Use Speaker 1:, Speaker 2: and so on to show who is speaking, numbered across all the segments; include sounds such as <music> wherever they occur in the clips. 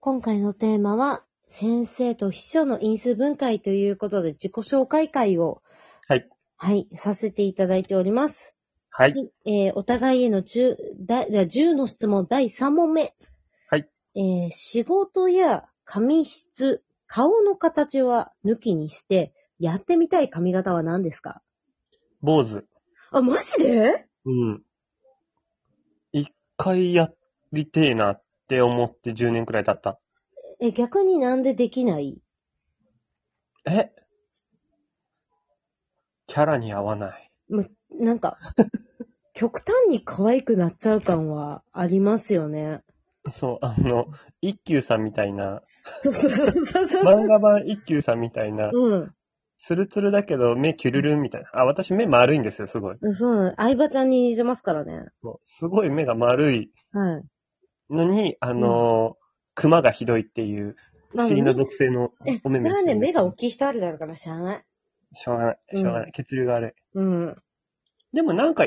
Speaker 1: 今回のテーマは、先生と秘書の因数分解ということで、自己紹介会を、
Speaker 2: はい。
Speaker 1: はい、させていただいております。
Speaker 2: はい。
Speaker 1: はい、えーお互いへの10、だじゃあ10の質問第3問目。
Speaker 2: はい。
Speaker 1: えー仕事や髪質、顔の形は抜きにして、やってみたい髪型は何ですか
Speaker 2: 坊主。
Speaker 1: あ、マジで
Speaker 2: うん。一回やりてえなって思って10年くらい経った。
Speaker 1: え、逆になんでできない
Speaker 2: えキャラに合わない。
Speaker 1: なん
Speaker 2: <laughs>
Speaker 1: か、極端に可愛くなっちゃう感はありますよね。
Speaker 2: そう、あの、一休さんみたい
Speaker 1: <laughs>
Speaker 2: な、
Speaker 1: そうそうそうそう。
Speaker 2: 漫画版一休さんみたいな、
Speaker 1: うん。
Speaker 2: ツルツルだけど目キュルルンみたいな。あ、私目丸いんですよ、すごい。
Speaker 1: うんそうなの。相葉ちゃんに似てますからね。
Speaker 2: もうすごい目が丸い
Speaker 1: はい。
Speaker 2: のに、あの、クマがひどいっていう、不
Speaker 1: まあ
Speaker 2: 思議な属性の
Speaker 1: え、そ
Speaker 2: お目
Speaker 1: れ
Speaker 2: 目
Speaker 1: はね、目が大
Speaker 2: し
Speaker 1: きい人あるだろうから知らない。
Speaker 2: ょうがない、しょうがない。血流が悪い。
Speaker 1: うん。
Speaker 2: でもなんか、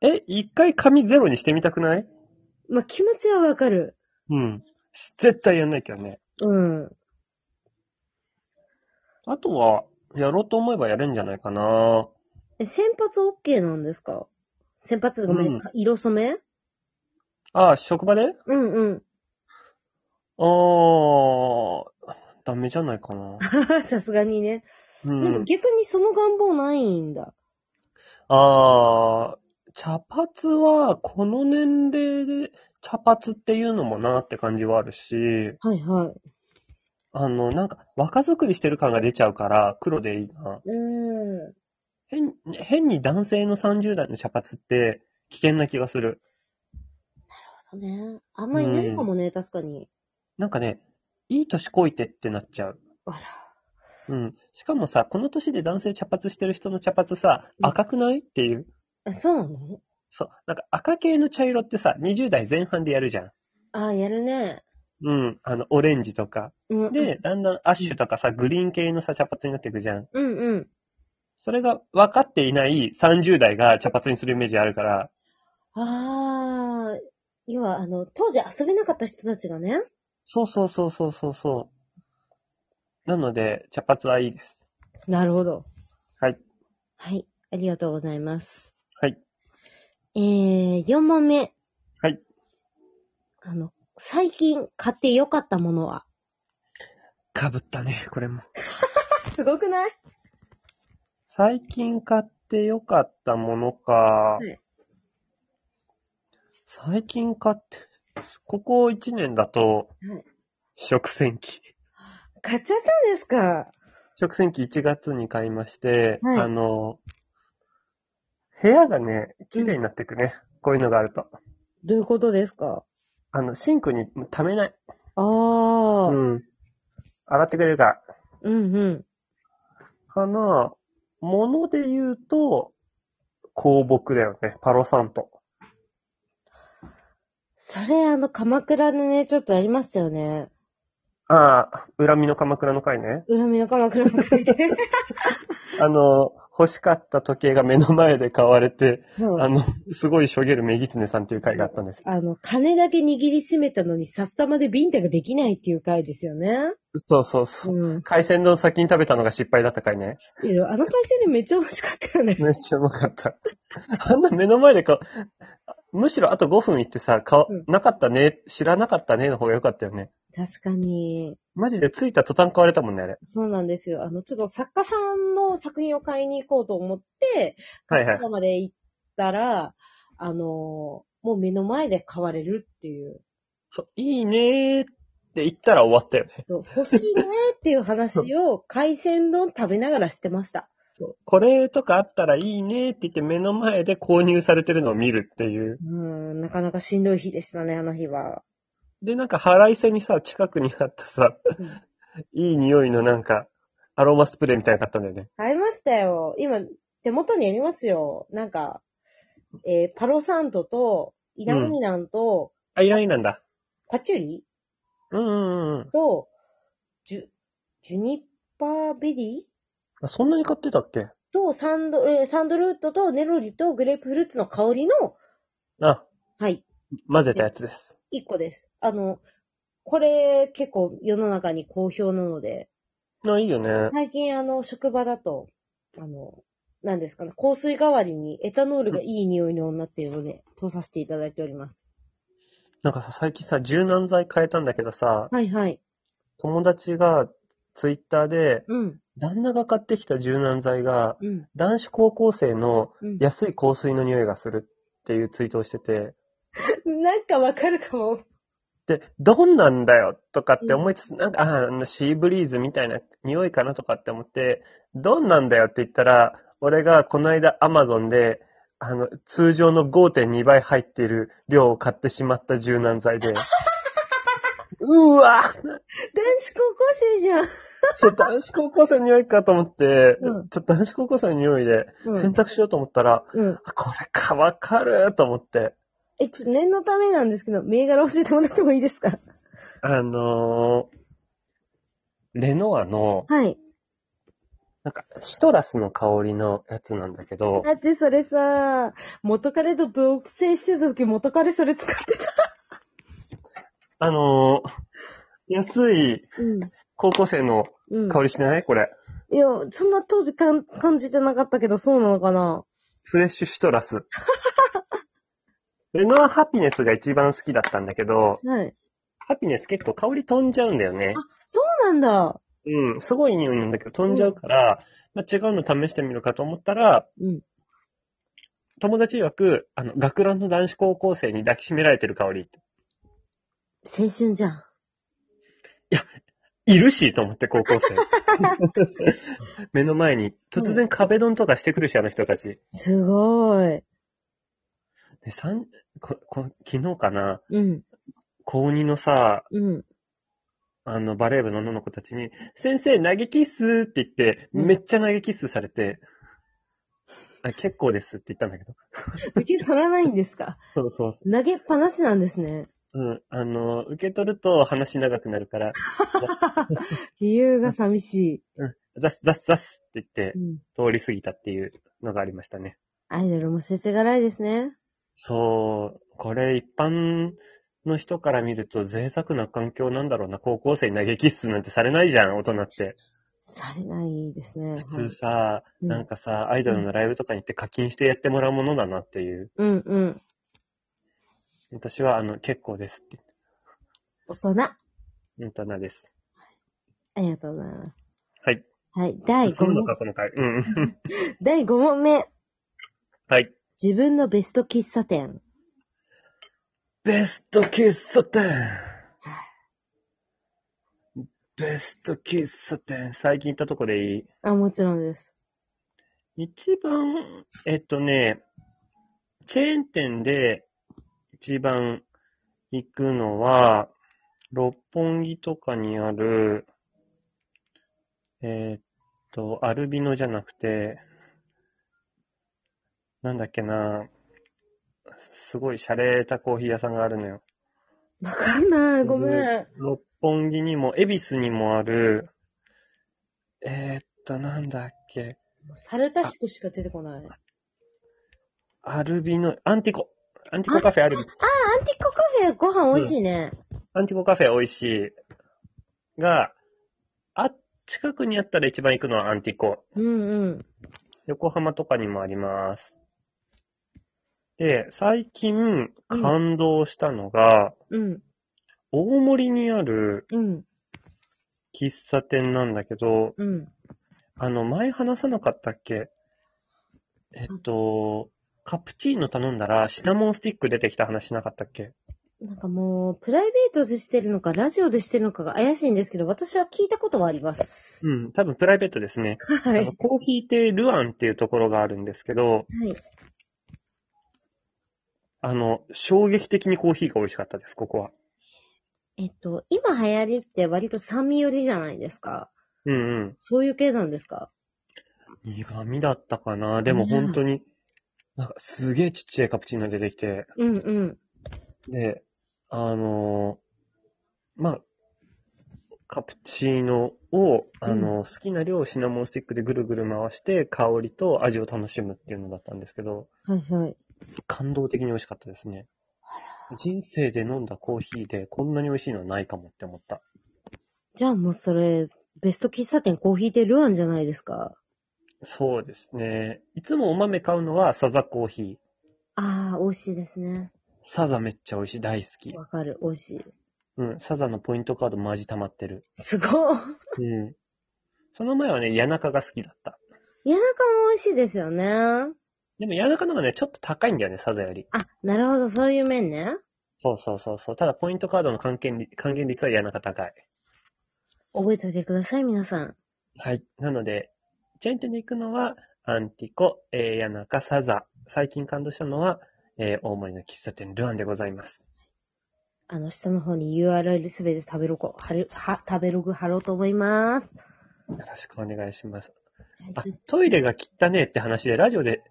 Speaker 2: え、一回紙ゼロにしてみたくない
Speaker 1: まあ、気持ちはわかる。
Speaker 2: うん。絶対やんないけどね。
Speaker 1: うん。
Speaker 2: あとは、やろうと思えばやるんじゃないかな
Speaker 1: え、先発 OK なんですか先発、ごめん、
Speaker 2: うん
Speaker 1: 色染め
Speaker 2: ああ、職場で
Speaker 1: うんうん。 <laughs>
Speaker 2: あー、ダメじゃないか <laughs> な
Speaker 1: さすがにね。
Speaker 2: う
Speaker 1: でも
Speaker 2: ん。
Speaker 1: 逆にその願望ないんだ。
Speaker 2: あー、茶髪は、この年齢で、茶髪っていうのもなって感じはあるし、
Speaker 1: はいはい。
Speaker 2: あの、なんか、若作りしてる感が出ちゃうから、黒でいいな。
Speaker 1: うん。
Speaker 2: 変、変に男性の30代の茶髪って、危険な気がする。
Speaker 1: ね。あんまりないかもね、確かに。
Speaker 2: なんかね、いい年こいてってなっちゃう。
Speaker 1: あら。
Speaker 2: うん。しかもさ、この年で男性茶髪してる人の茶髪さ、
Speaker 1: うん
Speaker 2: 赤くないっていう。
Speaker 1: あ、そうなの
Speaker 2: そう。なんか赤系の茶色ってさ、20代前半でやるじゃん。
Speaker 1: あやるね。
Speaker 2: うん。あの、オレンジとか。
Speaker 1: うん。
Speaker 2: で、だんだんアッシュとかさ、グリーン系のさ、茶髪になっていくじゃん。
Speaker 1: うんうん。
Speaker 2: それが分かっていない30代が茶髪にするイメージあるから、
Speaker 1: ああ、要は、あの、当時遊べなかった人たちがね。
Speaker 2: そうそうそうそうそうそう。なので、茶髪はいいです。
Speaker 1: なるほど。
Speaker 2: はい。
Speaker 1: はい。ありがとうございます。
Speaker 2: はい。
Speaker 1: えー、4問目。
Speaker 2: はい。
Speaker 1: あの、最近買って良かったものは
Speaker 2: かぶったね、これも。
Speaker 1: すごくない
Speaker 2: 最近買ってよかったものか。
Speaker 1: い
Speaker 2: 最近買って、ここ1年だと、
Speaker 1: はい
Speaker 2: 食洗機。
Speaker 1: 買っちゃったんですか
Speaker 2: 食洗機1月に買いまして、
Speaker 1: はい
Speaker 2: あの、部屋がね、綺麗になってくね。こういうのがあると。
Speaker 1: どういうことですか
Speaker 2: あの、シンクに溜めない。
Speaker 1: ああ、う
Speaker 2: う
Speaker 1: ん、
Speaker 2: ん。洗ってくれるから。
Speaker 1: うんうん。
Speaker 2: かな。もので言うと、香木だよね。パロサント。
Speaker 1: それ、あの、鎌倉でね、ちょっとやりましたよね。
Speaker 2: ああ、恨みの鎌倉の回ね。
Speaker 1: 恨みの鎌倉の <laughs> 書いて。
Speaker 2: あの、欲しかった時計が目の前で買われて、
Speaker 1: うん
Speaker 2: <laughs> あの、すごいしょげるメギツネさんっていう回があったんです。
Speaker 1: あの、金だけ握りしめたのに、さすたまでビンタができないっていう回ですよね。
Speaker 2: そうそうそう。
Speaker 1: うん。
Speaker 2: 海鮮丼先に食べたのが失敗だった回ね。
Speaker 1: いや、あの会社でめっちゃ美味しかったよね。
Speaker 2: めっちゃうまかった。あんな目の前で買う、むしろあと5分行ってさ、買わ
Speaker 1: うん
Speaker 2: なかったね、知らなかったねの方が良かったよね。
Speaker 1: 確かに。
Speaker 2: マジで着いた途端買われたもんね、あれ。
Speaker 1: そうなんですよ。あの、ちょっと作家さんの作品を買いに行こうと思って、
Speaker 2: はいはい
Speaker 1: こ。こまで行ったら、あの、もう目の前で買われるっていう。
Speaker 2: そういいねーって言ったら終わったよね。
Speaker 1: 欲しいねっていう話を海鮮丼食べながらしてました。
Speaker 2: これとかあったらいいねーって言って目の前で購入されてるのを見るっていう。
Speaker 1: うん、なかなかしんどい日でしたね、あの日は。
Speaker 2: で、なんか腹いせにさ、近くにあったさ、
Speaker 1: うん
Speaker 2: いい匂いのなんか、アロマスプレーみたいなの買ったんだよね。
Speaker 1: 買いましたよ。今、手元にありますよ。なんか、えーパロサントと、イナミナンと、
Speaker 2: あ、イライなんだ。
Speaker 1: パチュリ
Speaker 2: うんうんうん。
Speaker 1: と、ジュ、ジュニパーベリー
Speaker 2: あそんなに買ってたっけ
Speaker 1: とサンド、えーサンドルートとネロリとグレープフルーツの香りの、
Speaker 2: あ、
Speaker 1: はい、
Speaker 2: 混ぜたやつです。
Speaker 1: 一個です。あの、これ結構世の中に好評なので、
Speaker 2: あ、いいよね。
Speaker 1: 最近あの、職場だと、あの、何ですかね、香水代わりにエタノールがいい匂いの女っていうので、通させていただいております。
Speaker 2: なんかさ、最近さ、柔軟剤変えたんだけどさ、
Speaker 1: はいはい。
Speaker 2: 友達がツイッターで、
Speaker 1: うん、
Speaker 2: 旦那が買ってきた柔軟剤が、
Speaker 1: うん、
Speaker 2: 男子高校生の
Speaker 1: うん。
Speaker 2: 安い香水の匂いがするっていうツイートをしてて、
Speaker 1: なんかわかるかも。
Speaker 2: で、どんなんだよとかって思いつつ、なんか、ああの、シーブリーズみたいな匂いかなとかって思って、どんなんだよって言ったら、俺がこの間アマゾンで、あの、通常の5.2倍入っている量を買ってしまった柔
Speaker 1: <laughs>
Speaker 2: 軟剤で、うわ
Speaker 1: 男子高校生じゃん。
Speaker 2: そう男子高校生の匂いかと思って、
Speaker 1: うん
Speaker 2: ちょっと男子高校生の匂いで
Speaker 1: う
Speaker 2: 洗
Speaker 1: ん。
Speaker 2: 濯しようと思ったら、
Speaker 1: うん。
Speaker 2: あこれかわかると思って、
Speaker 1: え、ちょ、念のためなんですけど、銘柄教えてもらってもいいですか
Speaker 2: あのーレノアの、
Speaker 1: はい。
Speaker 2: なんか、シトラスの香りのやつなんだけど、
Speaker 1: だってそれさ、元彼と同棲してた時元彼それ使ってた。
Speaker 2: あのー安い
Speaker 1: うん。
Speaker 2: 高校生の
Speaker 1: うん。
Speaker 2: 香りしないこれ。
Speaker 1: いや、そんな当時かん感じてなかったけど、そうなのかな
Speaker 2: フレッシュシトラス。レノアハピネスが一番好きだったんだけど、
Speaker 1: はい。
Speaker 2: ハピネス結構香り飛んじゃうんだよね。
Speaker 1: そうなんだ。
Speaker 2: うん、すごい匂いなんだけど飛んじゃうから、まあ、違うの試してみるかと思ったら、
Speaker 1: うん。
Speaker 2: 友達曰く、あの、学ランの男子高校生に抱きしめられてる香りって。
Speaker 1: 青春じゃん。
Speaker 2: いるし、と思って、高校生。
Speaker 1: <laughs>
Speaker 2: 目の前に、突然壁ドンとかしてくるし、あの人たち。
Speaker 1: すごい。
Speaker 2: でさんここ昨日かな、
Speaker 1: うん。
Speaker 2: 高2のさ、
Speaker 1: うん。
Speaker 2: あの、バレー部の女の子たちに、先生、投げキッスって言って、
Speaker 1: うん
Speaker 2: めっちゃ投げキッスされて、あ結構ですって言ったんだけど。
Speaker 1: 受け取らないんですか
Speaker 2: そうそうそう。
Speaker 1: 投げっぱなしなんですね。
Speaker 2: うん、あの、受け取ると話長くなるから、
Speaker 1: 理由が寂し
Speaker 2: ザスザスザスって言って
Speaker 1: い。うん。
Speaker 2: 通り過ぎたっていうのがありましたね。
Speaker 1: アイドルも世知辛いですね。
Speaker 2: そう、これ一般の人から見ると贅沢な環境なんだろうな。高校生に投げキッスなんてされないじゃん、大人って。
Speaker 1: されないですね。
Speaker 2: 普
Speaker 1: は
Speaker 2: 通
Speaker 1: い
Speaker 2: さ、
Speaker 1: うん
Speaker 2: なんかさ、アイドルのライブとかに行って課金してやってもらうものだなっていう。
Speaker 1: うんうん。
Speaker 2: 私は、あの、結構ですって。
Speaker 1: 大人。あ
Speaker 2: 本当なです。
Speaker 1: りがとうございます。
Speaker 2: はい。
Speaker 1: はい。第5
Speaker 2: 進むの
Speaker 1: 問。
Speaker 2: か、この回。うん。
Speaker 1: 第5問目。
Speaker 2: はい。
Speaker 1: 自分のベスト喫茶店。
Speaker 2: ベスト喫茶店ベスト喫茶店。最近行ったとこでいい
Speaker 1: あ、もちろんです。
Speaker 2: 一番、えっとね、チェーン店で一番行くのは、六本木とかにある、えっと、アルビノじゃなくて、なんだっけな、すごい洒落たコーヒー屋さんがあるのよ。
Speaker 1: わかんない。ごめ。
Speaker 2: うん六本木にも、恵比寿にもある、えー、っと、なんだっけ、
Speaker 1: もうサルタヒコしか出てこない。アン
Speaker 2: アルビの、アンティコ。アンティコカフェある。
Speaker 1: ティコカフェご飯美味しいね。
Speaker 2: アンティコカフェ美味しい。が、あ、近くにあったら一番行くのはアンティコ。
Speaker 1: うん、うん、
Speaker 2: 横浜とかにもあります。で、最近感動したのが、
Speaker 1: うん、
Speaker 2: 大森にある
Speaker 1: うん、
Speaker 2: 喫茶店なんだけど、
Speaker 1: うん。
Speaker 2: あの、前話さなかったっけえっと、カプチーノ頼んだらシナモンスティック出てきた話しなかったっけ
Speaker 1: なんかもう、プライベートでしてるのか、ラジオでしてるのかが怪しいんですけど、私は聞いたことはあります。
Speaker 2: うん、多分プライベートですね。
Speaker 1: は
Speaker 2: あ
Speaker 1: い
Speaker 2: の。コーヒー亭ルアンっていうところがあるんですけど、
Speaker 1: はい。
Speaker 2: あの、衝撃的にコーヒーが美味しかったです、ここは。
Speaker 1: えっと、今流行りって割と酸味寄りじゃないですか。
Speaker 2: うんうん。
Speaker 1: そういう系なんですか
Speaker 2: 苦味だったかな。でも本当に、なんかすげえちっちゃいカプチーノ出てきて、
Speaker 1: うん、うん。
Speaker 2: で、あのーまあ、カプチーノを、あの、好きな量をシナモンスティックでぐるぐる回して、香りと味を楽しむっていうのだったんですけど、
Speaker 1: はいはい。
Speaker 2: 感動的に美味しかったですね。人生で飲んだコーヒーでこんなに美味しいのはないかもって思った。
Speaker 1: じゃあもうそれ、ベスト喫茶店コーヒーでルアンじゃないですか。
Speaker 2: そうですね。いつもお豆買うのはサザコーヒー。
Speaker 1: ああ、美味しいですね。
Speaker 2: サザめっちゃ美味しい。大好き。
Speaker 1: わかる、美味しい。
Speaker 2: うん。サザのポイントカードマジ溜まってる。
Speaker 1: す <laughs> ごい。
Speaker 2: うん。その前はね、谷中が好きだった。
Speaker 1: 谷中も美味しいですよね。あ、
Speaker 2: でも谷中の方がね、ちょっと高いんだよね、サザより。
Speaker 1: なるほど、そういう面ね。
Speaker 2: そうそうそうそう。ただ、ポイントカードの還元率還元率は谷中高い。
Speaker 1: 覚えておいてください、皆さん。
Speaker 2: はい。なので、チェーン店で行くのは、アンティコ、えー、谷中、サザ。最近感動したのは、えー、大森の喫茶店、ルアンでございます。
Speaker 1: あの、下の方に URL すべて食べログ、貼る、は、食べログ貼ろうと思います。
Speaker 2: よろしくお願いします。
Speaker 1: じゃあ
Speaker 2: あ、トイレが汚ねえって話で、ラジオで、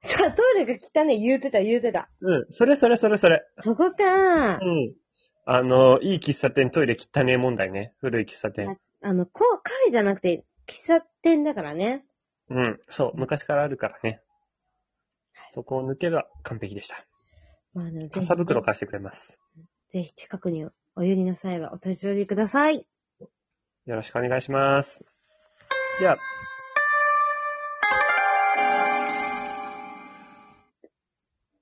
Speaker 1: さあ、トイレが汚ね、言うてた、言うてた。
Speaker 2: うん、それそれそれそれ。
Speaker 1: そこか
Speaker 2: う。ん。あの、いい喫茶店、トイレ汚ねえ問題ね。古い喫茶
Speaker 1: はい
Speaker 2: 店。
Speaker 1: あの、こう、カフェじゃなくて、喫茶店だからね。
Speaker 2: うん、そう、昔からあるからね。そこを抜けば完璧でした。
Speaker 1: まあ、でもぜひ
Speaker 2: 傘、袋貸してくれます。
Speaker 1: ぜひ近くにお寄りの際はお立ち寄りください。
Speaker 2: よろしくお願いします。では、